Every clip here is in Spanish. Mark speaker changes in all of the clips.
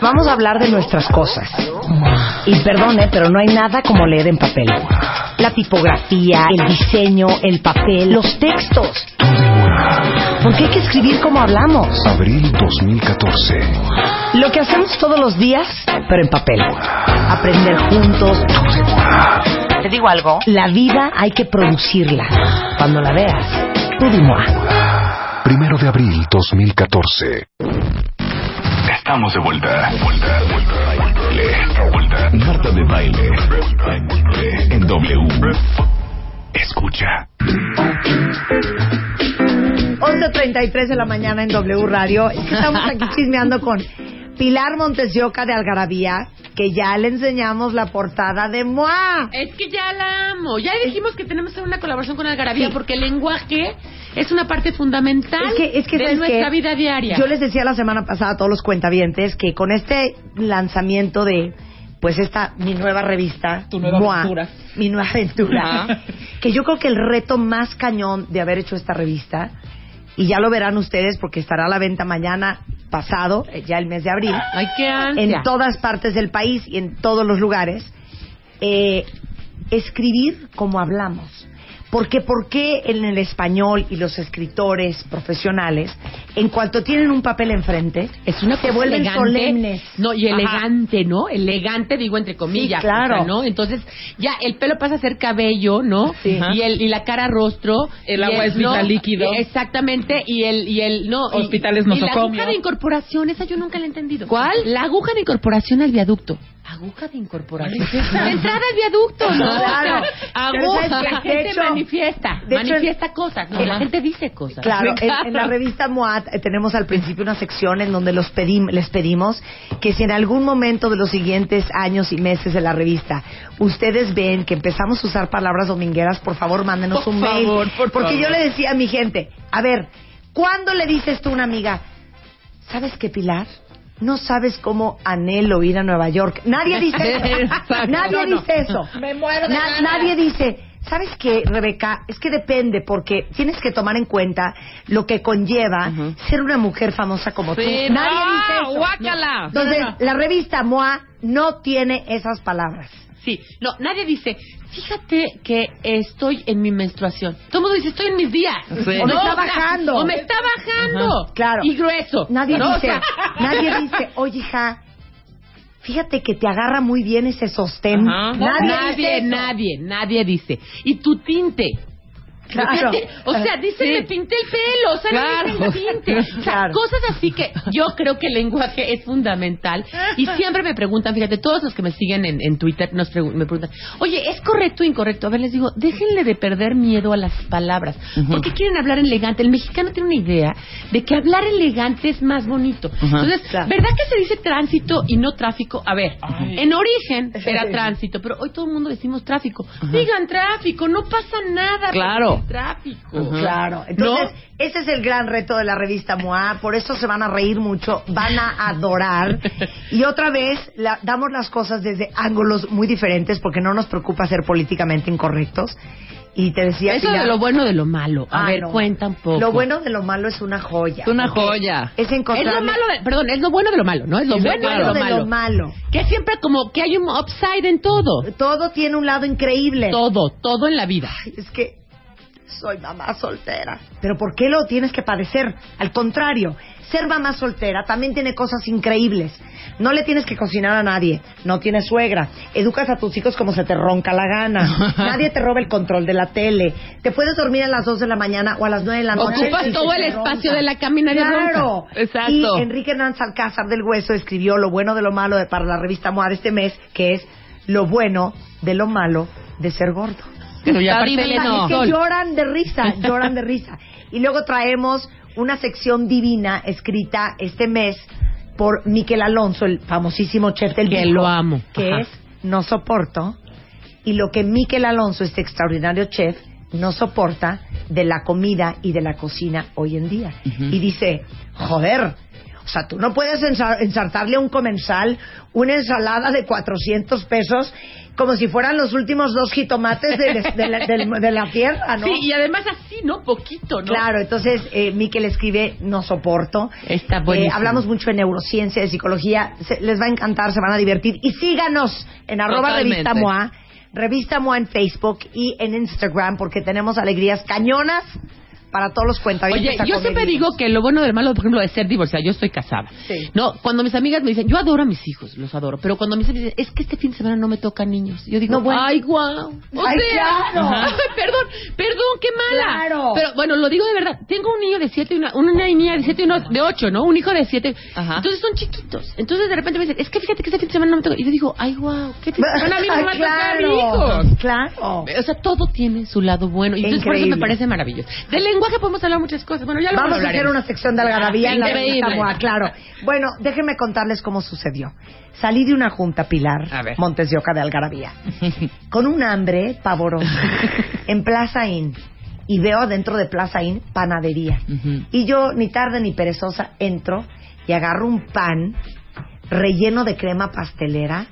Speaker 1: vamos a hablar de nuestras cosas. Y perdone, pero no hay nada como leer en papel. La tipografía, el diseño, el papel, los textos. Porque hay que escribir como hablamos.
Speaker 2: Abril 2014.
Speaker 1: Lo que hacemos todos los días, pero en papel. Aprender juntos.
Speaker 3: Te digo algo.
Speaker 1: La vida hay que producirla. Cuando la veas, tú di moi.
Speaker 2: Primero de abril 2014. Estamos de vuelta. Vuelta, vuelta, vuelta, vuelta. Marta de baile. En W. Escucha.
Speaker 4: 11.33 de la mañana en W Radio. Es que Estamos aquí chismeando con Pilar Montesioca de Algarabía, que ya le enseñamos la portada de MOA.
Speaker 5: Es que ya la amo. Ya dijimos que tenemos que hacer una colaboración con Algarabía porque el lenguaje es una parte fundamental
Speaker 4: Es que, es que
Speaker 5: de
Speaker 4: ¿sabes
Speaker 5: nuestra
Speaker 4: qué?
Speaker 5: vida diaria.
Speaker 4: Yo les decía la semana pasada a todos los cuentavientes que con este lanzamiento de, pues esta, mi nueva revista,
Speaker 5: Tu nueva
Speaker 4: Moa,
Speaker 5: aventura.
Speaker 4: mi nueva aventura,
Speaker 5: Ajá.
Speaker 4: que yo creo que el reto más cañón de haber hecho esta revista, y ya lo verán ustedes porque estará a la venta mañana pasado, eh, ya el mes de abril,
Speaker 5: Ay, qué ansia.
Speaker 4: en todas partes del país y en todos los lugares, eh, escribir como hablamos. Porque ¿por qué en el español y los escritores profesionales, en cuanto tienen un papel enfrente,
Speaker 5: es una
Speaker 4: se
Speaker 5: cosa
Speaker 4: vuelven
Speaker 5: elegante.
Speaker 4: solemnes?
Speaker 5: No, y
Speaker 4: Ajá.
Speaker 5: elegante, ¿no? Elegante, digo entre comillas.
Speaker 4: Sí, claro.
Speaker 5: o sea, ¿no? Entonces, ya el pelo pasa a ser cabello, ¿no?
Speaker 4: Sí.
Speaker 5: Y, el, y la cara rostro.
Speaker 6: El
Speaker 5: Y
Speaker 6: agua es
Speaker 5: ¿no? eh,
Speaker 6: vital líquido.
Speaker 5: Exactamente. Y el, y el, no. y-
Speaker 6: Hospitales
Speaker 5: Y la aguja
Speaker 6: nosocomio.
Speaker 5: de incorporación, esa yo nunca la he entendido. ¿Cuál? La aguja de incorporación al viaducto. Aguja de incorporación. La entrada al viaducto, ¿no?
Speaker 4: Claro.
Speaker 5: O sea,
Speaker 4: Pero ¿sabes
Speaker 5: aguja.
Speaker 4: qué?
Speaker 5: La
Speaker 4: De
Speaker 5: gente
Speaker 4: hecho-
Speaker 5: manifiesta.
Speaker 4: de hecho-
Speaker 5: manifiesta cosas. ¿no? La
Speaker 4: Ajá.
Speaker 5: gente dice cosas.
Speaker 4: Claro,
Speaker 5: Sí,
Speaker 4: en, en la revista MOAT eh, tenemos al principio una sección en donde los pedim- les pedimos que si en algún momento de los siguientes años y meses de la revista ustedes ven que empezamos a usar palabras domingueras, por favor mándenos
Speaker 6: Por
Speaker 4: un
Speaker 6: favor,
Speaker 4: mail.
Speaker 6: por
Speaker 4: porque
Speaker 6: favor.
Speaker 4: yo le decía a mi gente, a ver, ¿cuándo le dices tú a una amiga, ¿sabes qué, Pilar? No sabes cómo anhelo ir a Nueva York. Nadie dice eso.
Speaker 6: Exacto.
Speaker 4: Nadie
Speaker 6: Yo no.
Speaker 4: dice eso.
Speaker 6: Me muero de
Speaker 4: Na-
Speaker 6: ganas.
Speaker 4: Nadie dice, ¿sabes qué, Rebeca? Es que depende, porque tienes que tomar en cuenta lo que conlleva ser una mujer famosa como tú.
Speaker 5: Sí,
Speaker 4: Nadie
Speaker 5: no,
Speaker 4: dice eso.
Speaker 5: guácala.
Speaker 4: Entonces,
Speaker 5: No, no,
Speaker 4: la revista MOA no tiene esas palabras.
Speaker 5: Sí, no, nadie dice, fíjate que estoy en mi menstruación. Todo el mundo dice, estoy en mis días.
Speaker 4: O me está
Speaker 5: o sea,
Speaker 4: bajando.
Speaker 5: O me está bajando.
Speaker 4: Ajá, claro.
Speaker 5: Y grueso.
Speaker 4: Nadie
Speaker 5: ¿no? O
Speaker 4: dice,
Speaker 5: sea,
Speaker 4: nadie dice, oye, hija, fíjate que te agarra muy bien ese sostén.
Speaker 6: Ajá.
Speaker 4: Nadie, dice
Speaker 5: nadie,
Speaker 4: eso.
Speaker 5: nadie, nadie dice. Y tu tinte.
Speaker 4: Claro.
Speaker 5: Fíjate, O sea, dice, me pinté el pelo, o sea,
Speaker 6: Claro.
Speaker 5: me tinte. O sea,
Speaker 4: Claro.
Speaker 5: cosas así que yo creo que el lenguaje es fundamental. Y siempre me preguntan, fíjate, todos los que me siguen en, en Twitter nos pregun- me preguntan, oye, ¿es correcto o incorrecto? A ver, les digo, déjenle de perder miedo a las palabras. Porque quieren hablar elegante. El mexicano tiene una idea de que hablar elegante es más bonito. Entonces,
Speaker 4: Claro.
Speaker 5: ¿verdad que se dice tránsito y no tráfico? A ver, en origen era tránsito, pero hoy todo el mundo decimos tráfico. Digan tráfico, no pasa nada.
Speaker 6: Claro.
Speaker 5: porque es Tráfico.
Speaker 4: Claro. Entonces, ese es el gran reto de la revista MOA. Por eso se van a reír mucho, van a adorar. Y otra vez la- damos las cosas desde ángulos muy diferentes porque no nos preocupa ser políticamente incorrectos. Y te decía
Speaker 5: Eso
Speaker 4: Pilar-
Speaker 5: de lo bueno de lo malo. A
Speaker 4: Ah,
Speaker 5: ver,
Speaker 4: no.
Speaker 5: cuenta un poco.
Speaker 4: Lo bueno de lo malo es una joya.
Speaker 6: Es una
Speaker 4: Porque
Speaker 6: joya.
Speaker 4: Es
Speaker 5: es
Speaker 4: encontrar
Speaker 5: lo malo, de- perdón, es lo bueno de lo malo, ¿no? Es lo
Speaker 4: lo
Speaker 5: bueno de lo
Speaker 4: de
Speaker 5: malo.
Speaker 4: lo malo.
Speaker 5: Que siempre como que hay un upside en todo.
Speaker 4: Todo tiene un lado increíble.
Speaker 5: Todo, todo en la vida.
Speaker 4: es que soy mamá soltera. Pero ¿por qué lo tienes que padecer? Al contrario, ser mamá soltera también tiene cosas increíbles. No le tienes que cocinar a nadie, no tienes suegra, educas a tus hijos como se te ronca la gana, nadie te roba el control de la tele, te puedes dormir a las 2 de la mañana o a las 9 de la noche.
Speaker 5: Ocupas
Speaker 4: si se
Speaker 5: todo
Speaker 4: te
Speaker 5: el
Speaker 4: ronca.
Speaker 5: espacio de la cabina de
Speaker 4: Claro.
Speaker 5: ronca.
Speaker 6: Exacto.
Speaker 4: Y Enrique Hernández Alcázar del Hueso escribió Lo bueno de lo malo de- para la revista MOA de este mes, que es Lo bueno de lo malo de ser gordo.
Speaker 6: Pero ya
Speaker 5: Está
Speaker 6: aparte-
Speaker 5: horrible,
Speaker 4: Neta,
Speaker 5: no.
Speaker 4: Es que lloran de risa, lloran de risa. Y luego traemos una sección divina escrita este mes por Miquel Alonso, el famosísimo chef del
Speaker 5: Que
Speaker 4: Bico,
Speaker 5: lo amo.
Speaker 4: que
Speaker 5: Ajá.
Speaker 4: es No soporto. Y lo que Miquel Alonso, este extraordinario chef, no soporta de la comida y de la cocina hoy en día. Y dice, joder, O sea, tú no puedes ensa- ensartarle a un comensal una ensalada de 400 pesos como si fueran los últimos dos jitomates de, de- de la, del- de la tierra, ¿no?
Speaker 5: Sí, y además así, ¿no? Poquito, ¿no?
Speaker 4: Claro, entonces eh, Miquel escribe, no soporto. Eh,
Speaker 5: Está buenísimo.
Speaker 4: hablamos mucho de neurociencia, de psicología, se- les va a encantar, se van a divertir. Y síganos en arroba
Speaker 5: Totalmente.
Speaker 4: revista MOA, revista MOA en Facebook y en Instagram, porque tenemos alegrías cañonas para todos los cuentavientes.
Speaker 5: Oye, yo siempre
Speaker 4: acomedidos.
Speaker 5: digo que lo bueno del malo, por ejemplo, de ser divorciada, yo estoy casada.
Speaker 4: Sí.
Speaker 5: No, cuando mis amigas me dicen, yo adoro a mis hijos, los adoro, pero cuando mis amigas dicen, es que este fin de semana no me tocan niños, yo digo,
Speaker 4: No, bueno.
Speaker 5: ay, guau. O
Speaker 4: Ay,
Speaker 5: sea,
Speaker 4: claro.
Speaker 5: ay, perdón, perdón, qué mala.
Speaker 4: Claro.
Speaker 5: Pero bueno, lo digo de verdad, tengo un niño de siete y una, una niña de siete y uno de ocho, ¿no? Un hijo de siete.
Speaker 3: Ajá.
Speaker 5: Entonces son chiquitos. Entonces de repente me dicen, es que fíjate que este fin de semana no me tocan. Y yo digo, ay, guau, qué fin de semana a mí no me va a tocar,
Speaker 4: Ah, claro,
Speaker 5: hijos.
Speaker 4: claro.
Speaker 5: O sea, todo tiene su lado bueno. Y
Speaker 4: Qué
Speaker 5: entonces por eso me
Speaker 4: increíble.
Speaker 5: parece maravilloso. Del lenguaje podemos hablar muchas cosas. Bueno, ya lo
Speaker 4: Vamos a hacer una sección de algarabía en la revista
Speaker 5: Increíble.
Speaker 4: MOA, claro. Bueno, déjenme contarles cómo sucedió. Salí de una junta, Pilar
Speaker 5: A ver.
Speaker 4: Montes de Oca de Algarabía, con un hambre pavorosa, en Plaza Inn. Y veo adentro de Plaza Inn panadería.
Speaker 5: Mm.
Speaker 4: Y yo, ni tarde ni perezosa, entro y agarro un pan relleno de crema pastelera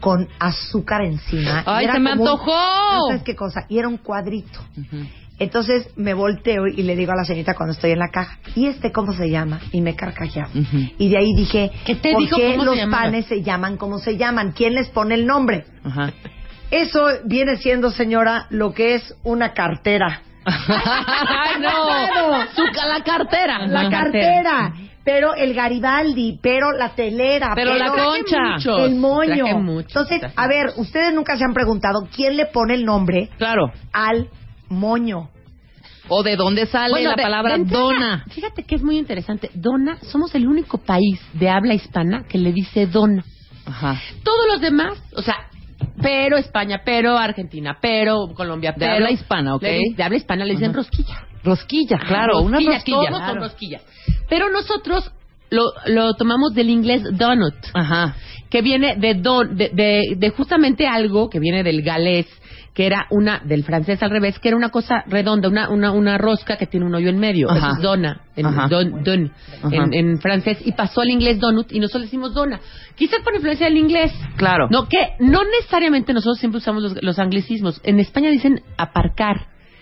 Speaker 4: con azúcar encima. Y
Speaker 5: Mm. ¡Ay,
Speaker 4: era
Speaker 5: se me
Speaker 4: como un-
Speaker 5: antojó!
Speaker 4: ¿no ¿Sabes qué cosa? Y era un cuadrito. Entonces me volteo y le digo a la señorita cuando estoy en la caja, ¿y este cómo se llama? Y me carcajeaba. Y de ahí dije,
Speaker 5: ¿Qué te
Speaker 4: ¿por
Speaker 5: dijo
Speaker 4: qué
Speaker 5: cómo se
Speaker 4: los
Speaker 5: llamaba?
Speaker 4: panes se llaman como se llaman? ¿Quién les pone el nombre? Eso viene siendo, señora, lo que es una cartera.
Speaker 5: Ay, no.
Speaker 4: Claro.
Speaker 5: Su, ca- la cartera.
Speaker 4: La cartera, pero el Garibaldi, pero la telera,
Speaker 5: Pero la concha. Muchos.
Speaker 4: el moño.
Speaker 5: Traje muchos,
Speaker 4: Entonces,
Speaker 5: traje
Speaker 4: a ver, ustedes nunca se han preguntado quién le pone el nombre
Speaker 5: Claro.
Speaker 4: al moño.
Speaker 3: ¿O de dónde sale
Speaker 5: Bueno,
Speaker 3: la
Speaker 5: de-
Speaker 3: palabra
Speaker 5: de entrada,
Speaker 3: dona?
Speaker 5: Fíjate que es muy interesante. Dona, somos el único país de habla hispana que le dice dona.
Speaker 3: Ajá.
Speaker 5: Todos los demás, o sea, pero España, pero Argentina, pero Colombia,
Speaker 3: De
Speaker 5: pero.
Speaker 3: habla hispana, ¿ok?
Speaker 5: le di- de habla hispana le dicen
Speaker 3: Ajá.
Speaker 5: rosquilla.
Speaker 3: Rosquilla, Ah, claro, una
Speaker 5: Rosquilla,
Speaker 3: rosquilla.
Speaker 5: Todos son
Speaker 3: Claro.
Speaker 5: rosquillas. Pero nosotros lo, lo tomamos del inglés donut,
Speaker 3: Ajá.
Speaker 5: que viene de, don, de, de- de justamente algo que viene del galés, que era una, del francés al revés, que era una cosa redonda, una, una, una rosca que tiene un hoyo en medio.
Speaker 3: Ajá.
Speaker 5: Eso es dona, en,
Speaker 3: Ajá.
Speaker 5: don, don,
Speaker 3: Ajá.
Speaker 5: en, en francés, y pasó al inglés donut, y nosotros le decimos dona. Quizás por influencia del inglés.
Speaker 3: Claro.
Speaker 5: No, que no necesariamente nosotros siempre usamos los, los anglicismos. En España dicen aparcar.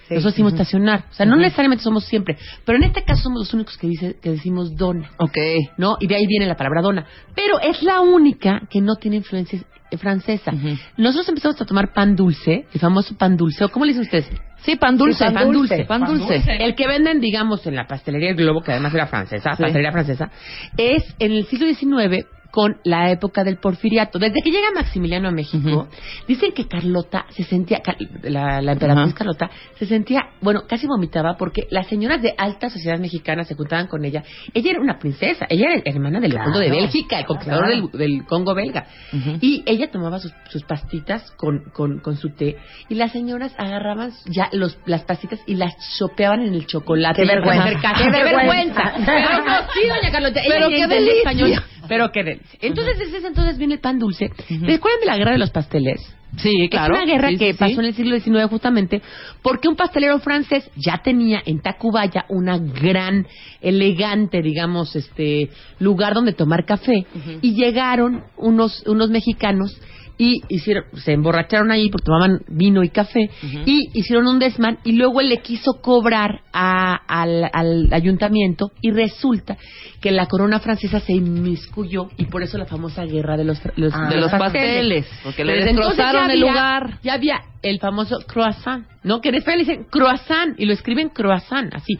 Speaker 4: Sí.
Speaker 5: Nosotros decimos
Speaker 4: Ujú.
Speaker 5: estacionar. O sea, no necesariamente somos siempre. Pero en este caso somos los únicos que, dice, que decimos dona.
Speaker 3: Ok.
Speaker 5: ¿No? Y de ahí viene la palabra dona. Pero es la única que no tiene influencia eh, francesa.
Speaker 3: Ujú.
Speaker 5: Nosotros empezamos a tomar pan dulce, el famoso pan dulce. ¿O cómo le dicen ustedes?
Speaker 3: Sí, pan
Speaker 5: dulce,
Speaker 3: dulce.
Speaker 5: pan dulce,
Speaker 3: Pan
Speaker 5: pan
Speaker 3: dulce.
Speaker 5: El que venden, digamos, en la pastelería El Globo, que además era francesa,
Speaker 3: Sí.
Speaker 5: pastelería francesa, es en el siglo XIX con la época del porfiriato. Desde que llega Maximiliano a México, dicen que Carlota se sentía, Car- la, la emperatriz
Speaker 3: Ajá.
Speaker 5: Carlota, se sentía, bueno, casi vomitaba porque las señoras de alta sociedad mexicana se juntaban con ella. Ella era una princesa, ella era hermana del Leopoldo de
Speaker 3: Claro.
Speaker 5: Bélgica, el conquistador
Speaker 3: Claro.
Speaker 5: del, del Congo belga.
Speaker 3: Ujú.
Speaker 5: Y ella tomaba sus, sus pastitas con, con, con su té. Y las señoras agarraban ya los, las pastitas y las chopeaban en el chocolate.
Speaker 4: Qué
Speaker 5: Y para
Speaker 4: vergüenza.
Speaker 5: hacer caso.
Speaker 4: Qué
Speaker 5: ¡Qué vergüenza!
Speaker 4: vergüenza.
Speaker 5: Pero no, sí, doña Carlota. ella
Speaker 3: Pero
Speaker 5: ni
Speaker 3: qué
Speaker 5: entendía
Speaker 3: delicia.
Speaker 5: español. Pero qué delicia. Entonces, desde ese entonces viene el pan dulce. ¿Recuerdan de la guerra de los pasteles?
Speaker 3: Sí, claro.
Speaker 5: Es una guerra
Speaker 3: Sí, sí,
Speaker 5: que
Speaker 3: sí.
Speaker 5: pasó en el siglo XIX justamente porque un pastelero francés ya tenía en Tacubaya una gran, elegante, digamos, este lugar donde tomar café y llegaron unos unos mexicanos y hicieron, se emborracharon ahí porque tomaban vino y café
Speaker 3: Ujú.
Speaker 5: y hicieron un desmán y luego él le quiso cobrar a- al, al ayuntamiento y resulta que la corona francesa se inmiscuyó y por eso la famosa guerra de los, los-
Speaker 4: Ah.
Speaker 5: de los pasteles.
Speaker 3: Porque le
Speaker 5: Desde entonces
Speaker 3: destrozaron
Speaker 5: ya
Speaker 3: el
Speaker 5: había-
Speaker 3: lugar.
Speaker 5: Ya había el famoso croissant, ¿no? Que en España le dicen croissant y lo escriben croissant, así.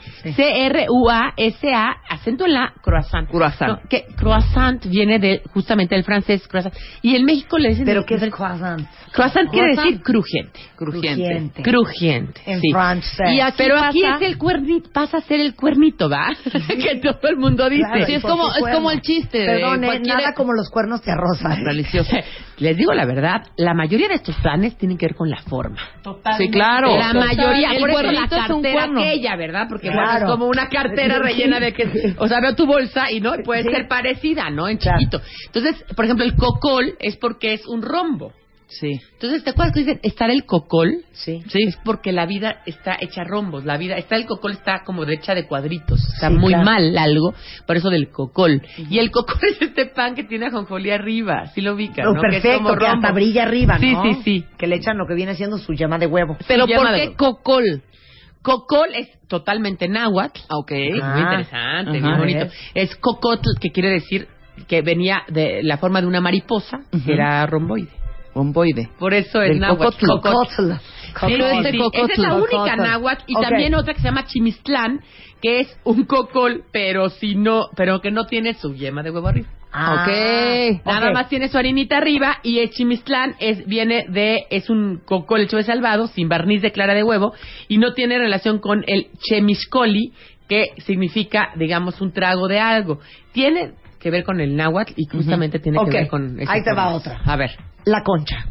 Speaker 5: C-R-U-A-S-A, acento en la, croissant.
Speaker 3: Croissant.
Speaker 5: No, que croissant viene de justamente del francés croissant. Y en México le dicen...
Speaker 4: Pero qué es croissant.
Speaker 5: Croissant quiere
Speaker 4: Croissant.
Speaker 5: decir crujiente.
Speaker 3: Crujiente.
Speaker 4: Crujiente.
Speaker 5: Crujiente.
Speaker 4: En
Speaker 5: sí.
Speaker 4: francés.
Speaker 5: Y aquí
Speaker 3: Pero
Speaker 5: pasa,
Speaker 3: aquí
Speaker 5: es
Speaker 3: es
Speaker 5: el cuernito, pasa a ser el cuernito, ¿va? que todo el mundo dice.
Speaker 4: Claro,
Speaker 3: Sí,
Speaker 4: y
Speaker 3: es
Speaker 4: por
Speaker 3: como-
Speaker 4: su
Speaker 3: es
Speaker 4: cuerno.
Speaker 3: como el chiste de
Speaker 4: Perdón, eh,
Speaker 3: cualquier-
Speaker 4: nada como los cuernos de rosa. ¿eh?
Speaker 3: Delicioso.
Speaker 5: Les digo la verdad, la mayoría de estos planes tienen que ver con la forma.
Speaker 3: Sí, claro.
Speaker 5: La mayoría,
Speaker 3: El
Speaker 5: por eso la
Speaker 3: cuernito es un
Speaker 5: cartera
Speaker 3: cuerno.
Speaker 5: aquella, ¿verdad? Porque
Speaker 4: Claro.
Speaker 5: bueno, es como una cartera
Speaker 4: Sí.
Speaker 5: rellena de que, o sea, veo tu bolsa y no y puede
Speaker 4: Sí.
Speaker 5: ser parecida, ¿no? En
Speaker 4: Claro.
Speaker 5: chiquito. Entonces, por ejemplo, el cocol es porque es un rombo.
Speaker 3: Sí.
Speaker 5: Entonces, ¿te acuerdas que dicen estar el cocol?
Speaker 4: Sí.
Speaker 5: Es porque la vida está hecha rombos, la vida, está el cocol está como de hecha de cuadritos, está
Speaker 4: Sí,
Speaker 5: muy
Speaker 4: claro.
Speaker 5: mal algo, por eso del cocol. Y el cocol es este pan que tiene ajonjolí arriba, si lo ubican,
Speaker 4: Oh,
Speaker 5: ¿no? Que es
Speaker 4: perfecto,
Speaker 5: como
Speaker 4: que, hasta
Speaker 5: rombo.
Speaker 4: brilla arriba,
Speaker 5: Sí,
Speaker 4: ¿no?
Speaker 5: sí, sí.
Speaker 4: Que le echan lo que viene siendo su llama de huevo.
Speaker 5: Pero
Speaker 3: Sí,
Speaker 5: ¿por
Speaker 3: llama
Speaker 5: qué
Speaker 3: de-
Speaker 5: cocol? Cocol es totalmente náhuatl.
Speaker 3: Ok.
Speaker 5: Muy interesante,
Speaker 3: Ajá.
Speaker 5: bien bonito.
Speaker 4: ¿Ves?
Speaker 5: Es cocotl, que quiere decir que venía de la forma de una mariposa,
Speaker 3: Ujú.
Speaker 5: que era romboide.
Speaker 3: Bomboide. este
Speaker 5: Por eso es
Speaker 3: Del
Speaker 5: náhuatl.
Speaker 3: cocotl.
Speaker 5: Cocotl. Sí,
Speaker 4: este Cocotl.
Speaker 5: sí, sí. Esa es la
Speaker 4: Cocotl.
Speaker 5: única náhuatl. Y
Speaker 4: Ok.
Speaker 5: también otra que se llama chimistlán, que es un cocol, pero si no, pero que no tiene su yema de huevo arriba.
Speaker 4: Ah,
Speaker 3: Ok.
Speaker 5: Nada
Speaker 4: ok.
Speaker 5: más tiene su harinita arriba y el chimistlán es, viene de, es un cocol hecho de salvado, sin barniz de clara de huevo, y no tiene relación con el chemiscoli, que significa, digamos, un trago de algo. Tiene que ver con el náhuatl y justamente tiene
Speaker 4: Ok.
Speaker 5: que ver con... esas
Speaker 4: Ahí te va
Speaker 5: formas.
Speaker 4: otra.
Speaker 5: A ver.
Speaker 4: La concha.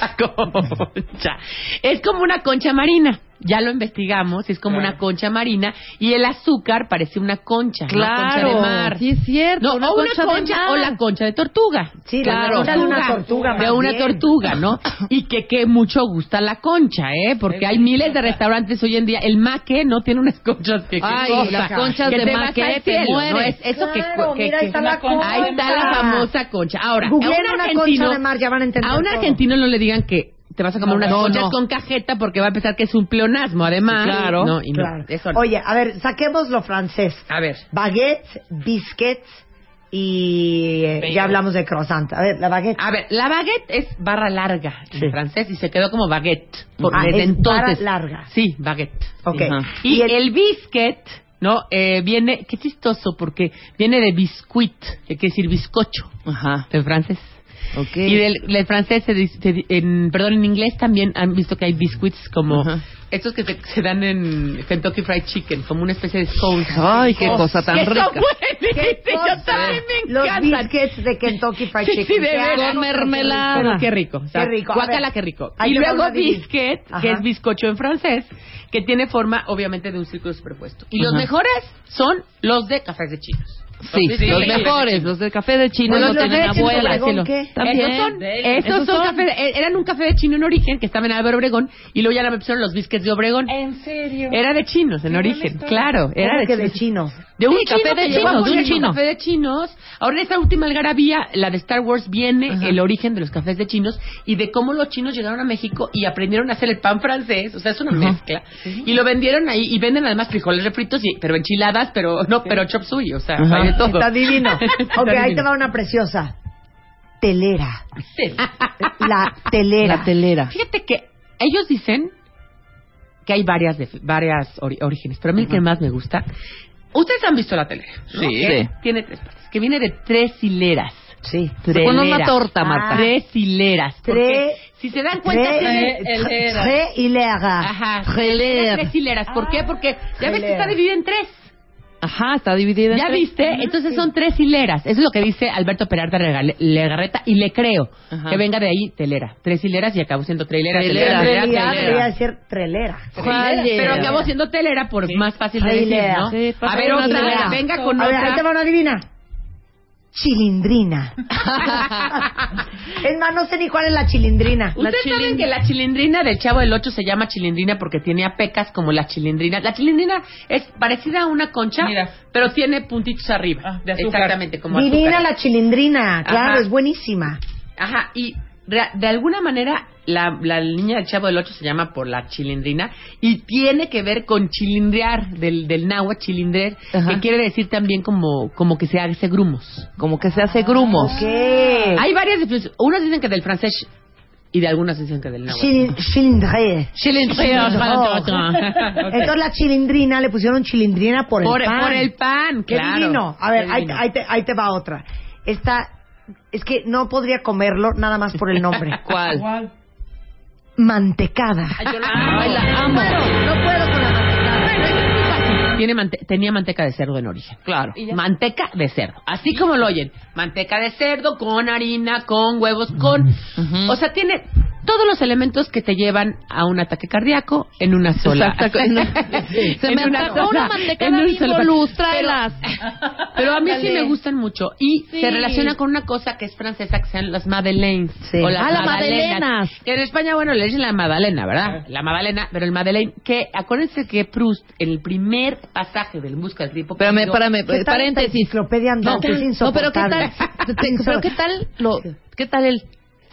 Speaker 5: La concha. Es como una concha marina. Ya lo investigamos, es como
Speaker 4: Claro.
Speaker 5: una concha marina y el azúcar parece una concha, una concha de mar.
Speaker 3: Sí, es cierto.
Speaker 5: No, o una concha,
Speaker 3: de mar.
Speaker 5: o la concha de tortuga.
Speaker 4: Sí, la concha de una tortuga,
Speaker 5: De
Speaker 4: más
Speaker 5: una
Speaker 4: bien.
Speaker 5: tortuga, ¿no? Y que, que mucho gusta la concha, ¿eh? Porque hay miles de restaurantes hoy en día. El maque no tiene unas conchas que... que
Speaker 3: Ay,
Speaker 5: cosa.
Speaker 3: las conchas
Speaker 5: Que
Speaker 3: de
Speaker 5: te vas
Speaker 3: maque,
Speaker 5: al
Speaker 3: te
Speaker 5: cielo,
Speaker 3: mueres.
Speaker 5: ¿no? Es eso que-
Speaker 4: Claro,
Speaker 5: que,
Speaker 4: mira,
Speaker 5: que-
Speaker 4: ahí está la concha.
Speaker 5: Ahí está la famosa concha. Ahora,
Speaker 4: Googleen
Speaker 5: a un
Speaker 4: una
Speaker 5: argentino-
Speaker 4: concha de mar, ya van a entender
Speaker 5: A un
Speaker 4: todo.
Speaker 5: argentino no le digan que te vas a comer
Speaker 4: No,
Speaker 5: unas
Speaker 3: no,
Speaker 5: conchas
Speaker 3: no.
Speaker 5: con cajeta porque va a pensar que es un pleonasmo, además.
Speaker 3: Sí, claro.
Speaker 5: No, y no,
Speaker 4: Claro.
Speaker 5: eso no.
Speaker 4: Oye, a ver, saquemos lo francés.
Speaker 5: A ver.
Speaker 4: Baguette, biscuits y eh,
Speaker 5: Bagel.
Speaker 4: ya hablamos de croissant. A ver, la baguette.
Speaker 5: A ver, la baguette es barra larga
Speaker 4: Sí.
Speaker 5: en francés y se quedó como baguette. Por,
Speaker 4: Ah,
Speaker 5: desde
Speaker 4: es
Speaker 5: entonces.
Speaker 4: barra larga.
Speaker 5: Sí, baguette.
Speaker 4: Ok.
Speaker 3: Ajá.
Speaker 5: Y, el, biscuit, ¿no? Eh, viene, qué chistoso, porque viene de biscuit, que quiere decir bizcocho
Speaker 3: Ajá.
Speaker 5: en francés.
Speaker 3: Ok.
Speaker 5: Y del, del francés, se dice- se di- en, perdón, en inglés también han visto que hay biscuits como
Speaker 3: Ajá.
Speaker 5: estos que se, se dan en Kentucky Fried Chicken, como una especie de sauce.
Speaker 3: Ay, qué
Speaker 5: Oh,
Speaker 3: cosa tan
Speaker 5: que son
Speaker 3: rica.
Speaker 5: buenísimos,
Speaker 4: cosa?
Speaker 5: Yo también me
Speaker 4: Los
Speaker 5: encantan.
Speaker 4: biscuits de Kentucky Fried
Speaker 5: Sí, sí,
Speaker 4: Chicken.
Speaker 5: de
Speaker 4: Qué
Speaker 5: veras.
Speaker 4: asco,
Speaker 3: Con mermelada.
Speaker 4: qué rico.
Speaker 5: Pero qué rico. o sea,
Speaker 4: Qué rico. A
Speaker 5: Guácala,
Speaker 4: ver,
Speaker 5: qué rico.
Speaker 4: ahí
Speaker 5: Y
Speaker 4: te va
Speaker 5: luego
Speaker 4: una divina.
Speaker 5: biscuit,
Speaker 4: Ajá.
Speaker 5: que es bizcocho en francés, que tiene forma, obviamente, de un círculo superpuesto. Y los
Speaker 3: Ajá.
Speaker 5: mejores son los de cafés de chinos.
Speaker 3: Sí,
Speaker 5: Los de-
Speaker 3: los
Speaker 5: sí.
Speaker 3: mejores, los del café de China
Speaker 4: Bueno,
Speaker 3: no
Speaker 4: los de
Speaker 3: tienen
Speaker 4: China,
Speaker 3: abuela.
Speaker 4: ¿con
Speaker 3: cielo.
Speaker 4: qué?
Speaker 3: También.
Speaker 5: Esos son,
Speaker 3: Del-
Speaker 5: esos son
Speaker 3: son.
Speaker 5: cafés- eh, eran un café de chino en origen que estaba en Álvaro Obregón y luego ya la pusieron los biscuits de Obregón.
Speaker 6: ¿En serio?
Speaker 5: Era de chinos en origen, claro, era
Speaker 4: ¿Cómo
Speaker 5: de
Speaker 4: que de
Speaker 5: chinos.
Speaker 4: chinos.
Speaker 5: De un
Speaker 3: Sí,
Speaker 5: café de chinos, de un
Speaker 3: chino.
Speaker 5: café de chinos. Ahora en esta última algarabía, la de Star Wars viene
Speaker 3: Ajá.
Speaker 5: el origen de los cafés de chinos y de cómo los chinos llegaron a México y aprendieron a hacer el pan francés, o sea, es una
Speaker 3: Ajá.
Speaker 5: mezcla. Y lo vendieron ahí y venden además frijoles refritos, y, pero enchiladas, pero no, pero chop suey, o sea,
Speaker 3: Ajá.
Speaker 5: hay de todo.
Speaker 4: Está divino.
Speaker 5: Está
Speaker 4: ok, ahí te
Speaker 5: divino.
Speaker 4: va una preciosa. Telera. La telera.
Speaker 3: La telera.
Speaker 5: Fíjate que ellos dicen que hay varias def- varias ori- orígenes, pero a mí el que más me gusta. Ustedes han visto la tele. ¿no?
Speaker 3: Sí.
Speaker 5: Que
Speaker 3: Sí.
Speaker 5: Tiene tres partes. Que viene de tres hileras.
Speaker 4: Sí.
Speaker 3: Te pone una
Speaker 5: Telera.
Speaker 3: torta, Marta.
Speaker 4: Ah.
Speaker 5: Tres hileras. porque
Speaker 4: Tres-
Speaker 5: Si se dan cuenta. tiene-
Speaker 4: Tre,
Speaker 6: telera.
Speaker 4: tre hilera.
Speaker 5: Ajá.
Speaker 3: Trelera.
Speaker 5: Tres hileras. ¿Por
Speaker 4: Ah,
Speaker 5: qué? Porque ya ves que
Speaker 4: Trelera.
Speaker 5: está dividida en tres.
Speaker 3: Ajá, está dividida. en
Speaker 5: ¿Ya
Speaker 3: tres.
Speaker 5: viste? Entonces son tres hileras. Eso es lo que dice Alberto Peralta Regale- Legarreta y le creo
Speaker 3: Ajá.
Speaker 5: que venga de ahí telera. Tres hileras y acabó siendo trailera. telera,
Speaker 3: Trelera.
Speaker 4: En
Speaker 5: telera,
Speaker 4: realidad
Speaker 5: telera.
Speaker 4: debería ser trelera.
Speaker 3: ¿Cuál
Speaker 5: Pero
Speaker 3: era?
Speaker 5: acabó siendo telera por más fácil de
Speaker 4: Ahí
Speaker 5: decir,
Speaker 4: lea.
Speaker 5: ¿no?
Speaker 3: Sí,
Speaker 5: a
Speaker 3: pásale
Speaker 5: ver,
Speaker 3: una
Speaker 5: otra,
Speaker 3: telera.
Speaker 5: venga con
Speaker 4: A ver, ahí te
Speaker 5: otra.
Speaker 4: van a adivinar. Chilindrina. es más, no sé ni cuál es la chilindrina.
Speaker 5: Ustedes
Speaker 3: La
Speaker 5: saben
Speaker 3: chilindrina.
Speaker 5: que la chilindrina del Chavo del Ocho se llama chilindrina porque tiene apecas como la chilindrina. La chilindrina es parecida a una concha,
Speaker 6: Mira.
Speaker 5: pero tiene puntitos arriba.
Speaker 6: Ah, de azúcar.
Speaker 5: Exactamente, como
Speaker 4: Divina
Speaker 5: azúcar.
Speaker 4: la chilindrina. Claro,
Speaker 5: Ajá.
Speaker 4: es buenísima.
Speaker 5: Ajá, y re- de alguna manera la, la niña del Chavo del Ocho se llama por la chilindrina y tiene que ver con chilindrear, del, del náhuatl chilindrer,
Speaker 3: Ajá.
Speaker 5: que quiere decir también como, como que se hace grumos.
Speaker 3: Como que se hace grumos.
Speaker 4: ¿Qué?
Speaker 5: Hay varias definiciones. Unas dicen que del francés y de algunas dicen que del náhuatl.
Speaker 4: Chilin- Chilindré.
Speaker 5: Chilindrina.
Speaker 4: Entonces la chilindrina le pusieron chilindrina por el
Speaker 5: Por,
Speaker 4: pan.
Speaker 5: por el pan,
Speaker 4: Qué
Speaker 5: claro.
Speaker 4: divino. A ver,
Speaker 5: Qué
Speaker 4: ahí,
Speaker 5: divino.
Speaker 4: ahí te, ahí te va otra. Esta, es que no podría comerlo nada más por el nombre.
Speaker 3: ¿Cuál?
Speaker 6: ¿Cuál?
Speaker 4: Mantecada.
Speaker 5: Ay, Ah, yo la amo.
Speaker 3: Ay, la amo.
Speaker 4: No puedo con la Eh,
Speaker 5: Tiene mante- tenía manteca de cerdo en origen.
Speaker 3: Claro.
Speaker 5: Manteca de cerdo. Así como lo oyen. Manteca de cerdo con harina, con huevos, con...
Speaker 3: Ujú.
Speaker 5: O sea, tiene todos los elementos que te llevan a un ataque cardíaco en una sola.
Speaker 3: Exacto, en un- Se me atascó una mantecada
Speaker 5: solo
Speaker 3: bimbo
Speaker 5: pa-
Speaker 3: luz,
Speaker 5: Pero-
Speaker 3: tráelas.
Speaker 5: Pero, a mí sí
Speaker 3: Ándale.
Speaker 5: me gustan mucho. Y
Speaker 3: Sí.
Speaker 5: se relaciona con una cosa que es francesa, que sean las madeleines.
Speaker 4: Sí.
Speaker 5: O las
Speaker 3: Ah, las
Speaker 5: magdalenas.
Speaker 3: magdalenas.
Speaker 5: Que en España, bueno, le dicen la magdalena, ¿verdad?
Speaker 3: Ah.
Speaker 5: La magdalena, pero el madeleine, que acuérdense que Proust, en el primer pasaje del Busca del Tiempo...
Speaker 3: Espérame,
Speaker 5: perdido-
Speaker 3: espérame,
Speaker 4: ¿Qué tal esta
Speaker 3: paréntesis.
Speaker 4: enciclopedia andante?
Speaker 3: ¿qué-
Speaker 4: Es
Speaker 3: no, pero qué
Speaker 4: insoportable.
Speaker 3: tal, te- pero qué tal lo, qué tal el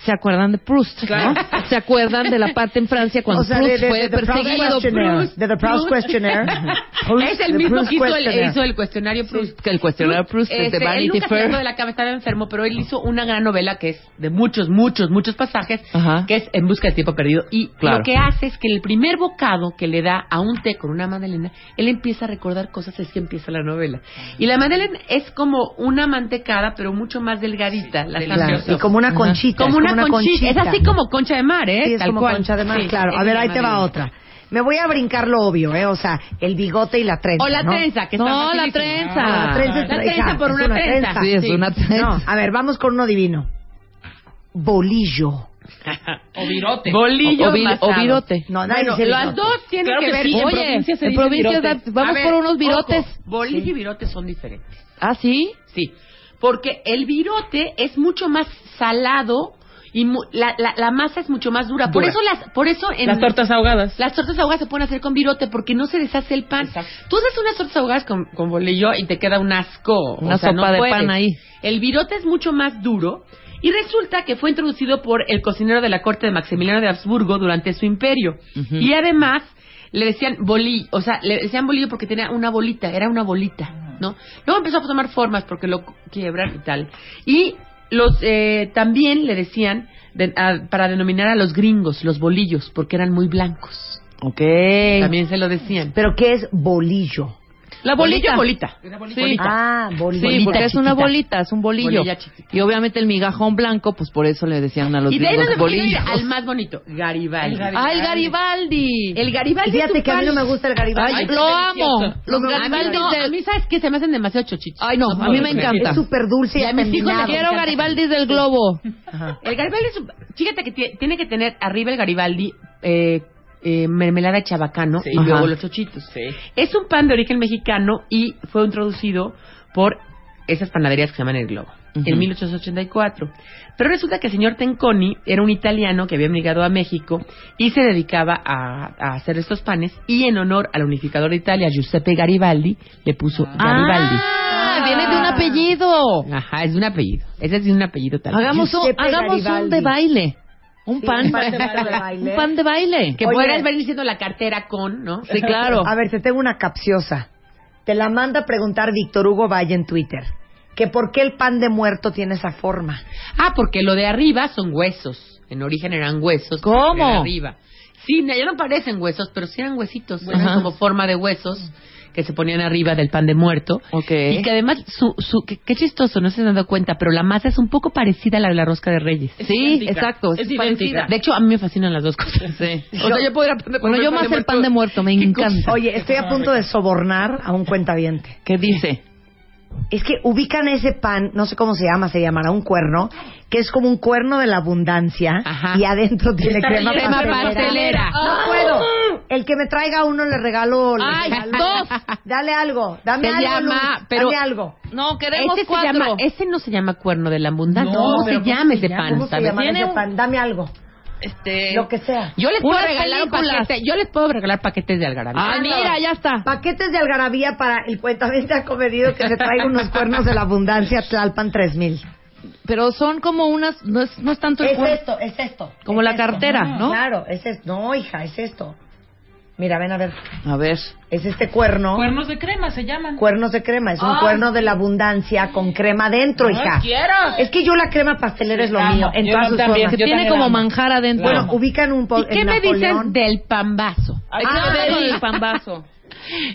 Speaker 3: ¿Se acuerdan de Proust? ¿no? ¿Se acuerdan de la parte en Francia cuando
Speaker 4: O sea,
Speaker 3: Proust
Speaker 4: de- de-
Speaker 3: fue
Speaker 4: de The Proust
Speaker 3: perseguido?
Speaker 4: Questionnaire.
Speaker 3: Proust,
Speaker 4: De The Proust Questionnaire. Proust,
Speaker 5: Es el
Speaker 4: The
Speaker 5: mismo
Speaker 4: Proust
Speaker 5: que hizo el,
Speaker 4: Questionnaire.
Speaker 5: hizo el cuestionario Proust.
Speaker 3: que el cuestionario Proust es de
Speaker 5: Este, él
Speaker 3: Vanity
Speaker 5: nunca se
Speaker 3: Fair.
Speaker 5: trató de la cama, estaba enfermo, pero él hizo una gran novela que es de muchos, muchos, muchos pasajes,
Speaker 3: Ajá.
Speaker 5: que es En busca del tiempo perdido. Y
Speaker 3: Claro.
Speaker 5: lo que hace es que el primer bocado que le da a un té con una magdalena, él empieza a recordar cosas, es que empieza la novela. Y la magdalena es como una mantecada, pero mucho más delgadita. la
Speaker 4: Claro,
Speaker 5: Sanrio.
Speaker 4: y como una
Speaker 3: Ajá.
Speaker 4: conchita.
Speaker 5: Como
Speaker 4: es
Speaker 5: una, conchita. Es así como concha de mar, ¿eh?
Speaker 4: Sí, es
Speaker 5: Tal
Speaker 4: como
Speaker 5: cual.
Speaker 4: concha de mar,
Speaker 5: Sí,
Speaker 4: claro.
Speaker 5: esa
Speaker 4: A
Speaker 5: es
Speaker 4: ver,
Speaker 5: la
Speaker 4: ahí te va
Speaker 5: magdalena.
Speaker 4: otra. Me voy a brincar lo obvio, ¿eh? O sea, el bigote y la trenza.
Speaker 5: O la
Speaker 4: ¿no?
Speaker 5: trenza, que
Speaker 3: No,
Speaker 5: está
Speaker 3: la
Speaker 5: facilísima.
Speaker 3: trenza.
Speaker 5: Ah,
Speaker 4: La trenza, es
Speaker 5: La
Speaker 4: tra- exacto,
Speaker 5: trenza por
Speaker 4: es
Speaker 5: una
Speaker 4: una
Speaker 5: trenza.
Speaker 4: trenza.
Speaker 3: Sí, es una
Speaker 4: No, a ver, vamos con uno divino. Bolillo.
Speaker 5: O virote. Bolillo
Speaker 3: O- o vi-
Speaker 5: amasado.
Speaker 3: o virote.
Speaker 4: No, nadie
Speaker 5: Bueno,
Speaker 4: dice
Speaker 5: las
Speaker 4: virote.
Speaker 5: dos tienen
Speaker 3: Claro
Speaker 5: que,
Speaker 3: que
Speaker 5: ver.
Speaker 3: sí, en Oye, provincia se en dice provincia virote. da- vamos
Speaker 5: A ver,
Speaker 3: por unos virotes.
Speaker 5: ojo, bolillo
Speaker 3: Sí.
Speaker 5: y virote son diferentes.
Speaker 3: ¿Ah, sí?
Speaker 5: Sí. Porque el virote es mucho más salado y mu- la, la- la masa es mucho más dura. Por
Speaker 6: Dura.
Speaker 5: eso las por eso en
Speaker 6: Las tortas ahogadas.
Speaker 5: las tortas ahogadas se pueden hacer con virote porque no se deshace el pan. Tú haces unas tortas ahogadas con, con bolillo y te queda un asco.
Speaker 3: Una
Speaker 5: o sea, no
Speaker 3: sopa de
Speaker 5: puedes.
Speaker 3: pan ahí.
Speaker 5: El virote es mucho más duro y resulta que fue introducido por el cocinero de la corte de Maximiliano de Habsburgo durante su imperio.
Speaker 3: Ujú.
Speaker 5: Y además le decían bolillo, o sea, le decían bolillo porque tenía una bolita, era una bolita, ¿no? Luego empezó a tomar formas porque lo quiebran y tal. Y los eh, también le decían de- a- para denominar a los gringos los bolillos porque eran muy blancos.
Speaker 3: Ok.
Speaker 5: También se lo decían.
Speaker 4: ¿Pero qué es bolillo?
Speaker 5: La bolilla bolita.
Speaker 3: Sí.
Speaker 4: Ah, bolillo.
Speaker 3: Sí, porque es una bolita, es un bolillo.
Speaker 5: Bolilla chiquita.
Speaker 3: Y obviamente el migajón blanco, pues por eso le decían a los
Speaker 5: Y de ahí
Speaker 3: gringos
Speaker 5: nos quiero ir
Speaker 3: bolillos.
Speaker 5: al más bonito, Garibaldi.
Speaker 3: ¡Ah, el Garibaldi!
Speaker 5: El Garibaldi
Speaker 4: Fíjate
Speaker 5: es
Speaker 4: que a mí no
Speaker 5: pan-
Speaker 4: me gusta el garibaldi.
Speaker 3: Ay,
Speaker 5: Ay,
Speaker 3: lo amo. Los
Speaker 5: No, a mí,
Speaker 3: Garibaldis
Speaker 5: no, a
Speaker 3: del...
Speaker 5: mí, ¿sabes qué? Se me hacen demasiado chochitos.
Speaker 3: Ay, no, a mí me encanta.
Speaker 4: es súper dulce y
Speaker 5: Y a mis hijos
Speaker 4: afeminado.
Speaker 5: les
Speaker 3: Quiero Garibaldis del globo.
Speaker 4: Ajá.
Speaker 5: El Garibaldi es un- Fíjate que tie- tiene que tener arriba el Garibaldi eh, eh, mermelada de chabacano
Speaker 6: Sí.
Speaker 5: y luego
Speaker 3: Ajá.
Speaker 5: los chochitos. Es un pan de origen mexicano y fue introducido por esas panaderías que se llaman El Globo
Speaker 3: Ujú.
Speaker 5: en 1884. Pero resulta que el señor Tenconi era un italiano que había migrado a México y se dedicaba a, a hacer estos panes y en honor al unificador de Italia Giuseppe Garibaldi le puso Garibaldi.
Speaker 3: Ah, viene de un apellido.
Speaker 5: Ajá, es de un apellido. Ese es de un apellido tal.
Speaker 3: Hagamos un,
Speaker 4: Giuseppe
Speaker 3: hagamos un
Speaker 4: Garibaldi.
Speaker 3: de baile. Un
Speaker 4: Sí,
Speaker 3: pan.
Speaker 4: un pan de baile.
Speaker 3: Un pan de baile.
Speaker 5: Que
Speaker 4: Oye.
Speaker 5: puedas venir siendo la cartera con, ¿no?
Speaker 3: Sí, claro.
Speaker 4: A ver, te tengo una capciosa. Te la manda a preguntar Víctor Hugo Valle en Twitter. Que por qué el pan de muerto tiene esa forma.
Speaker 5: Ah, porque lo de arriba son huesos. En origen eran huesos.
Speaker 3: ¿Cómo?
Speaker 5: pero de arriba. Sí, no, ya no parecen huesos, pero sí eran huesitos. Eran
Speaker 3: Ajá.
Speaker 5: como forma de huesos que se ponían arriba del pan de muerto.
Speaker 3: Ok.
Speaker 5: Y que además, su, su, que- qué chistoso, no se han dado cuenta, pero la masa es un poco parecida a la de la rosca de reyes.
Speaker 3: Sí,
Speaker 6: idéntica.
Speaker 3: exacto.
Speaker 6: Es
Speaker 3: es
Speaker 6: idéntica.
Speaker 3: parecida.
Speaker 5: De hecho, a mí me fascinan las dos cosas.
Speaker 3: Sí.
Speaker 5: O sea, yo podría...
Speaker 3: Bueno, yo más el pan de muerto, me encanta.
Speaker 4: Oye, estoy a punto de sobornar a un cuentaviente.
Speaker 3: ¿Qué dice?
Speaker 4: Es que ubican ese pan, no sé cómo se llama, se llamará un cuerno, que es como un cuerno de la abundancia
Speaker 5: Ajá.
Speaker 4: y adentro tiene
Speaker 5: Está
Speaker 4: crema,
Speaker 5: relleno de
Speaker 4: pastelera.
Speaker 5: pastelera.
Speaker 4: No puedo. El que me traiga uno le regalo. le
Speaker 5: Ay,
Speaker 4: regalo.
Speaker 5: dos.
Speaker 4: Dale algo, dame
Speaker 5: Se
Speaker 4: algo.
Speaker 5: llama,
Speaker 4: Luz,
Speaker 5: pero-
Speaker 4: dame algo.
Speaker 3: No, queremos
Speaker 5: Ese, se
Speaker 3: cuatro.
Speaker 5: llama, ese no se llama cuerno de la abundancia.
Speaker 6: No,
Speaker 5: ¿Cómo se
Speaker 6: pero ¿cómo
Speaker 5: llama
Speaker 6: se
Speaker 5: ese
Speaker 6: llama?
Speaker 5: pan?
Speaker 4: ¿Cómo se
Speaker 5: ¿sabes? Eh,
Speaker 4: llama
Speaker 3: Tiene
Speaker 4: ese
Speaker 3: un-
Speaker 4: pan? Dame algo,
Speaker 3: Este...
Speaker 4: lo que sea.
Speaker 5: Yo les puedo
Speaker 3: Unas
Speaker 5: regalar un
Speaker 3: películas.
Speaker 5: paquete. Yo les puedo regalar paquetes de algarabía.
Speaker 3: Ah, mira, ya está.
Speaker 4: Paquetes de algarabía para el cuentamente acomedido que se traiga unos cuernos de la abundancia Tlalpan 3000.
Speaker 3: Pero son como unas... No es, no es tanto el
Speaker 4: Es
Speaker 3: cuerpo.
Speaker 4: esto, es esto.
Speaker 3: Como
Speaker 4: es
Speaker 3: la
Speaker 4: esto.
Speaker 3: cartera, ¿no?
Speaker 4: Claro, es esto. No, hija, es esto. Mira, ven a ver.
Speaker 3: A ver.
Speaker 4: Es este cuerno.
Speaker 6: Cuernos de crema se llaman.
Speaker 4: Cuernos de crema, es un cuerno de la abundancia con crema adentro, hija. Es que yo la crema pastelera es lo
Speaker 6: Amo.
Speaker 4: mío, en
Speaker 6: Yo
Speaker 4: todas sus
Speaker 6: también,
Speaker 4: formas.
Speaker 6: yo
Speaker 3: Tiene
Speaker 6: también
Speaker 3: como
Speaker 6: amo.
Speaker 3: manjar adentro.
Speaker 6: Claro.
Speaker 4: Bueno, ubican un po
Speaker 5: ¿Y qué
Speaker 4: en
Speaker 5: me
Speaker 4: Napoleón.
Speaker 5: dicen del pambazo?
Speaker 6: Ay,
Speaker 3: Ah,
Speaker 6: qué
Speaker 3: con
Speaker 6: delicia.
Speaker 3: el pambazo.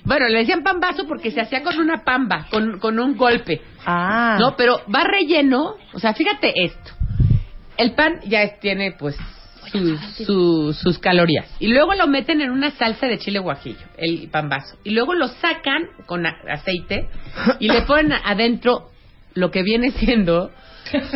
Speaker 5: Bueno, le decían pambazo porque se hacía con una pamba, con, con un golpe.
Speaker 4: Ah.
Speaker 5: No, pero va relleno. O sea, fíjate esto. El pan ya es- tiene, pues, su- su- sus calorías. Y luego lo meten en una salsa de chile guajillo, el pambazo. Y luego lo sacan con a- aceite y le ponen adentro lo que viene siendo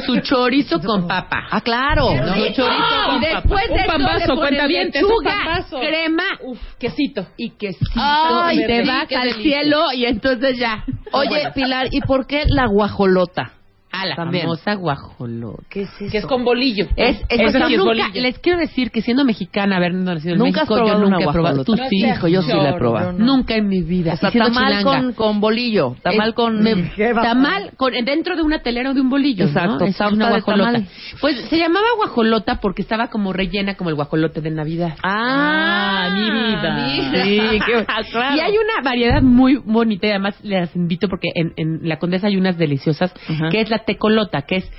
Speaker 5: su chorizo con papa.
Speaker 1: Ah, claro.
Speaker 5: ¿no? Su chorizo
Speaker 6: Ah,
Speaker 5: con
Speaker 6: un
Speaker 5: después
Speaker 6: pambazo,
Speaker 5: de eso le ponen
Speaker 6: cuentavientes, un
Speaker 5: lechuga,
Speaker 6: pambazo.
Speaker 5: crema
Speaker 6: Uf, quesito.
Speaker 5: y quesito
Speaker 6: Ay,
Speaker 5: y te
Speaker 6: qué
Speaker 5: vas al
Speaker 6: delicia.
Speaker 5: cielo y entonces ya.
Speaker 1: Oye, Pilar, ¿y por qué la guajolota?
Speaker 5: A la
Speaker 1: También.
Speaker 5: famosa guajolota.
Speaker 1: ¿Qué es eso?
Speaker 6: Que es con bolillo.
Speaker 5: Es, es,
Speaker 6: Esa
Speaker 5: yo
Speaker 6: sí es
Speaker 5: nunca-
Speaker 6: bolillo.
Speaker 5: les quiero decir que siendo mexicana, haber nacido en
Speaker 1: Nunca has
Speaker 5: México, yo
Speaker 1: probado
Speaker 5: nunca
Speaker 1: una
Speaker 5: he probado.
Speaker 1: guajolota.
Speaker 5: Tú sí,
Speaker 6: No
Speaker 5: hijo, yo sí la he
Speaker 6: seas
Speaker 5: probado.
Speaker 1: llorona.
Speaker 5: Nunca en mi vida.
Speaker 1: O sea,
Speaker 5: Y siendo
Speaker 1: tamal
Speaker 5: chilanga.
Speaker 1: con, con bolillo. Tamal
Speaker 5: Es-
Speaker 1: con...
Speaker 5: me- tamal con, dentro de una telera o de un bolillo,
Speaker 1: Exacto,
Speaker 5: ¿no? Es
Speaker 1: tarta
Speaker 5: una
Speaker 1: de
Speaker 5: guajolota.
Speaker 1: tamal.
Speaker 5: Pues se llamaba guajolota porque estaba como rellena como el guajolote de Navidad.
Speaker 1: Ah,
Speaker 6: mi vida.
Speaker 1: Sí, qué...
Speaker 6: Ah,
Speaker 5: Y hay una variedad muy bonita y además les invito porque en, en la Condesa hay unas deliciosas
Speaker 1: Ajá.
Speaker 5: que es la tecolota, que es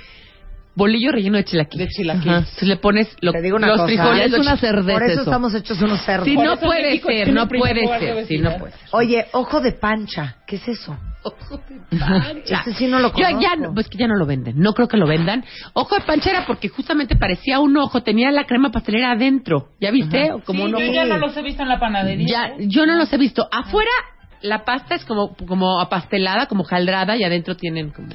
Speaker 5: bolillo relleno de chilaquiles.
Speaker 6: De chilaquiles.
Speaker 5: Ajá. Entonces le pones lo-
Speaker 4: Te digo una
Speaker 5: los
Speaker 4: cosa, ¿eh?
Speaker 5: frijoles,
Speaker 1: es
Speaker 5: los
Speaker 1: una cerveza
Speaker 4: Por eso
Speaker 1: eso.
Speaker 4: estamos hechos unos cerdos.
Speaker 5: Sí,
Speaker 6: Por
Speaker 5: no
Speaker 6: eso
Speaker 5: puede
Speaker 6: México
Speaker 5: ser,
Speaker 6: tiene
Speaker 5: no
Speaker 6: primo
Speaker 5: puede
Speaker 6: cobarde
Speaker 5: ser, sí,
Speaker 6: vecino.
Speaker 5: no puede ser.
Speaker 4: Oye, ojo de pancha. ¿Qué es eso? Este sí no lo
Speaker 5: Yo
Speaker 4: conozco.
Speaker 5: ya, no- pues que ya no lo venden, no creo que lo vendan. Ojo de panchera, porque justamente parecía un ojo, tenía la crema pastelera adentro, ¿ya viste? O Como
Speaker 6: Sí,
Speaker 5: un
Speaker 6: yo
Speaker 5: ojo.
Speaker 6: ya no los he visto en la panadería.
Speaker 5: Ya, yo no los he visto.
Speaker 1: Ah.
Speaker 5: Afuera la pasta es como, como apastelada, como jaldrada, y adentro tienen como...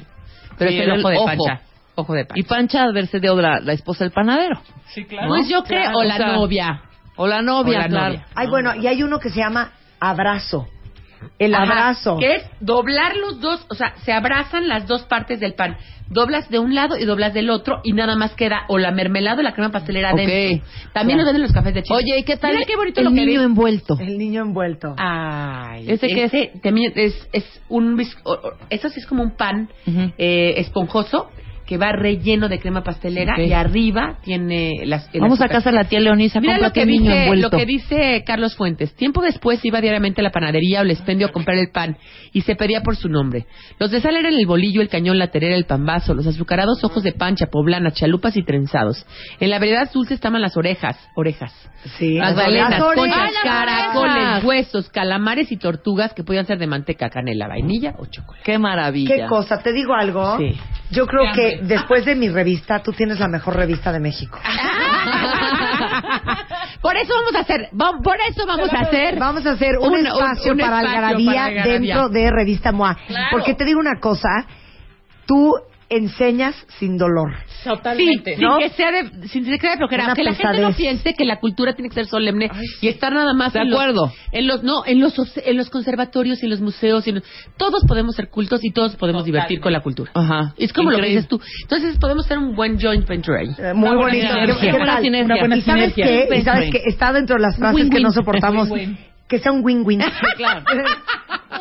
Speaker 5: Pero
Speaker 1: Sí,
Speaker 5: es el
Speaker 1: el
Speaker 5: ojo de
Speaker 1: ojo.
Speaker 5: pancha. Ojo de
Speaker 1: Y
Speaker 5: pancha.
Speaker 1: Pancha verse de obra la esposa del panadero.
Speaker 6: Sí, claro.
Speaker 5: Pues yo creo,
Speaker 1: Claro,
Speaker 5: o la
Speaker 1: o sea,
Speaker 5: novia.
Speaker 1: O la novia,
Speaker 5: O la
Speaker 1: claro.
Speaker 5: novia.
Speaker 4: Ay, bueno, y hay uno que se llama abrazo. El
Speaker 5: Ajá,
Speaker 4: abrazo.
Speaker 5: Que es doblar los dos, o sea, se abrazan las dos partes del pan. Doblas de un lado y doblas del otro y nada más queda o la mermelada o la crema pastelera
Speaker 1: Ok.
Speaker 5: adentro. También
Speaker 1: Ya.
Speaker 5: lo venden en los cafés de Chile.
Speaker 1: Oye, ¿y qué tal
Speaker 5: Mira qué bonito
Speaker 1: el
Speaker 5: lo que Eh,
Speaker 1: niño
Speaker 5: vi.
Speaker 1: envuelto?
Speaker 4: El niño envuelto.
Speaker 5: Ay,
Speaker 1: ¿Ese qué es?
Speaker 5: ese también es, es un bis- o- o- eso sí es como un pan
Speaker 1: Ujú.
Speaker 5: eh, esponjoso que va relleno de crema pastelera
Speaker 1: Ok.
Speaker 5: y arriba tiene las el
Speaker 1: Vamos a
Speaker 5: azúcar.
Speaker 1: casa de la tía Leonisa,
Speaker 5: Mira lo
Speaker 1: cómprate
Speaker 5: que,
Speaker 1: un niño
Speaker 5: dice, lo
Speaker 1: envuelto.
Speaker 5: que dice Carlos Fuentes. Tiempo después iba diariamente a la panadería o el expendio a comprar el pan y se pedía por su nombre. Los de sal eran el bolillo, el cañón, la terera, el pambazo, los azucarados ojos de pancha, poblana, chalupas y trenzados. En la variedad dulce estaban las orejas, orejas,
Speaker 4: Sí.
Speaker 5: las
Speaker 4: Las
Speaker 5: balenas,
Speaker 4: orejas.
Speaker 5: conchas,
Speaker 4: Ay, las
Speaker 5: caracoles,
Speaker 1: Ah, orejas.
Speaker 5: huesos, calamares y tortugas que podían ser de manteca, canela, vainilla o chocolate.
Speaker 1: Qué maravilla.
Speaker 4: Qué cosa, te digo algo.
Speaker 5: Sí.
Speaker 4: Yo creo
Speaker 6: Qué
Speaker 4: que
Speaker 6: hambre.
Speaker 4: después de mi revista, tú tienes la mejor revista de México.
Speaker 5: por eso vamos a hacer, va- por eso vamos a hacer
Speaker 4: Vamos a hacer un,
Speaker 5: Un- un-
Speaker 4: espacio
Speaker 5: un
Speaker 4: para
Speaker 5: espacio
Speaker 4: Algarabía
Speaker 5: para Algarabía.
Speaker 4: dentro de Revista MOA.
Speaker 6: Claro.
Speaker 4: Porque te digo una cosa, tú enseñas sin dolor.
Speaker 5: Sí,
Speaker 6: Totalmente.
Speaker 5: sin que sea de, sin que sea de flojera,
Speaker 4: Una
Speaker 5: que la gente no
Speaker 4: pesadez.
Speaker 5: piense que la cultura tiene que ser solemne y estar nada más
Speaker 1: De
Speaker 5: en los-
Speaker 1: acuerdo.
Speaker 5: en los no, en los os- en los conservatorios y en los museos y en los- todos podemos ser cultos y todos podemos
Speaker 6: Totalmente.
Speaker 5: divertir con la cultura.
Speaker 1: Ajá.
Speaker 5: Es
Speaker 1: Increíble.
Speaker 5: como lo que dices tú. Entonces podemos ser un buen joint venture ahí.
Speaker 4: Eh, Muy
Speaker 6: Una buena
Speaker 4: bonito. ¿Qué-
Speaker 6: sinergia.
Speaker 4: ¿Qué
Speaker 6: Una
Speaker 4: tal?
Speaker 6: sinergia. Una buena
Speaker 4: ¿Y sabes
Speaker 6: sinergia.
Speaker 4: qué? ¿Y
Speaker 1: Win-win.
Speaker 4: sabes qué? Está dentro de las frases que
Speaker 5: Win-win.
Speaker 4: no soportamos.
Speaker 6: Win-win.
Speaker 4: Que sea un win-win. claro.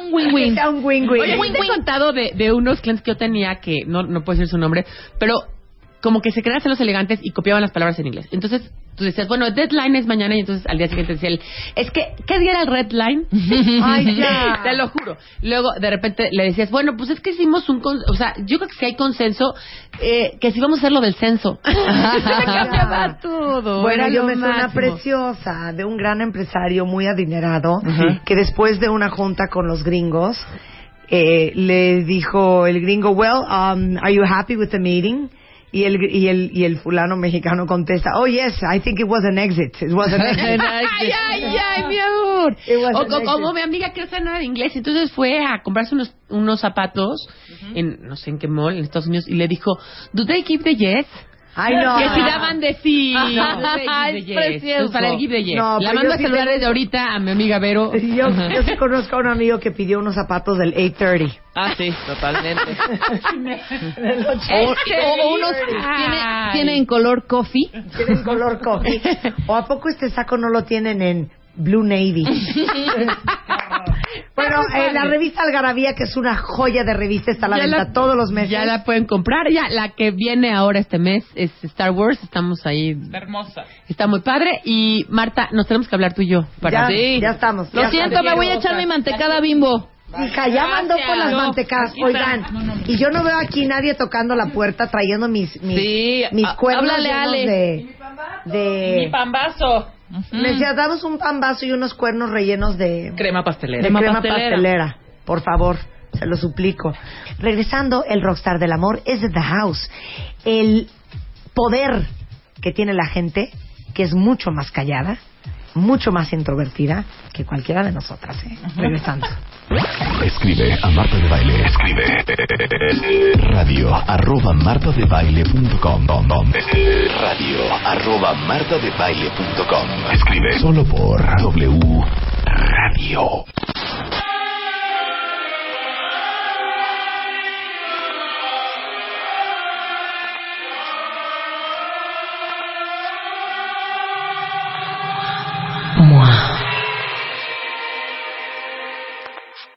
Speaker 1: Un win-win.
Speaker 4: Que sea un win-win.
Speaker 5: Oye, ¿sí te he contado de, de unos clientes que yo tenía que no, no puedo decir su nombre, pero como que se creían ser los elegantes y copiaban las palabras en inglés. Entonces tú decías, bueno, deadline es mañana y entonces al día siguiente decía él, es que, ¿qué día era el red line?
Speaker 4: Ay, ya.
Speaker 5: Te lo juro. Luego de repente le decías, bueno, pues es que hicimos un, con- o sea, yo creo que si hay consenso, eh, que si vamos a hacer lo del censo. Se me cambiaba todo.
Speaker 4: Bueno,
Speaker 5: Era
Speaker 4: yo
Speaker 5: lo
Speaker 4: me suena
Speaker 5: máximo.
Speaker 4: preciosa de un gran empresario muy adinerado
Speaker 5: Ajá.
Speaker 4: que después de una junta con los gringos eh, le dijo el gringo, well, um, are you happy with the meeting? Y el, gr- y, el, y el fulano mexicano contesta, oh yes, I think it was an exit. It was an exit.
Speaker 5: ay, ay, ay, mi amor.
Speaker 4: It was
Speaker 5: O,
Speaker 4: an
Speaker 5: co-
Speaker 4: exit.
Speaker 5: como mi amiga que no sabe nada de inglés, entonces fue a comprarse unos, unos zapatos en no sé en qué mall en Estados Unidos y le dijo, "Do they give the yes?"
Speaker 4: Ay, no.
Speaker 5: Que si daban de sí.
Speaker 1: Ajá.
Speaker 5: Do they give the
Speaker 1: Es
Speaker 5: yes?
Speaker 1: precioso.
Speaker 5: Entonces, para el give the yes.
Speaker 4: No,
Speaker 5: La
Speaker 4: pero
Speaker 5: mando
Speaker 4: yo
Speaker 5: a
Speaker 4: sí
Speaker 5: saludar
Speaker 4: tengo-
Speaker 5: desde ahorita a mi amiga Vero.
Speaker 4: Yo,
Speaker 5: Ajá.
Speaker 4: yo sí conozco a un amigo que pidió unos zapatos del 830.
Speaker 1: Ah, sí, totalmente.
Speaker 5: O- o unos-
Speaker 1: Tiene,
Speaker 5: Ay.
Speaker 1: tienen color coffee.
Speaker 4: Tienen color coffee. ¿O a poco este saco no lo tienen en Blue Navy? bueno, eh, la revista Algarabía, que es una joya de revista, está a la
Speaker 5: Ya
Speaker 4: venta
Speaker 5: la-
Speaker 4: todos los meses.
Speaker 5: Ya la pueden comprar. Ya la que viene ahora este mes es Star Wars. Estamos ahí.
Speaker 6: Está hermosa.
Speaker 5: Está muy padre. Y Marta, nos tenemos que hablar tú y yo.
Speaker 4: Ya,
Speaker 5: Para
Speaker 1: Sí.
Speaker 4: ya estamos.
Speaker 1: Lo
Speaker 4: ya
Speaker 1: siento,
Speaker 4: estamos.
Speaker 1: me voy a echar mi mantecada bimbo.
Speaker 4: Hija, ya mandó por las
Speaker 6: No,
Speaker 4: mantecas.
Speaker 6: aquí
Speaker 4: Oigan,
Speaker 6: está. No, no, no.
Speaker 4: y yo no veo aquí nadie tocando la puerta trayendo mis, mis,
Speaker 1: Sí,
Speaker 4: mis
Speaker 1: a-
Speaker 4: cuernos
Speaker 1: háblale,
Speaker 4: llenos
Speaker 1: Ale.
Speaker 4: de... de
Speaker 6: Mi pambazo.
Speaker 4: Les damos un pambazo y unos cuernos rellenos de...
Speaker 6: Crema pastelera.
Speaker 4: de crema pastelera. Por favor, se lo suplico. Regresando, el rockstar del amor es de The House. El poder que tiene la gente, que es mucho más callada, mucho más introvertida que cualquiera de nosotras, ¿eh? Regresando.
Speaker 2: Escribe a Marta de Baile. Escribe. Radio arroba martadebaile.com. Radio arroba martadebaile.com. Escribe solo por W Radio.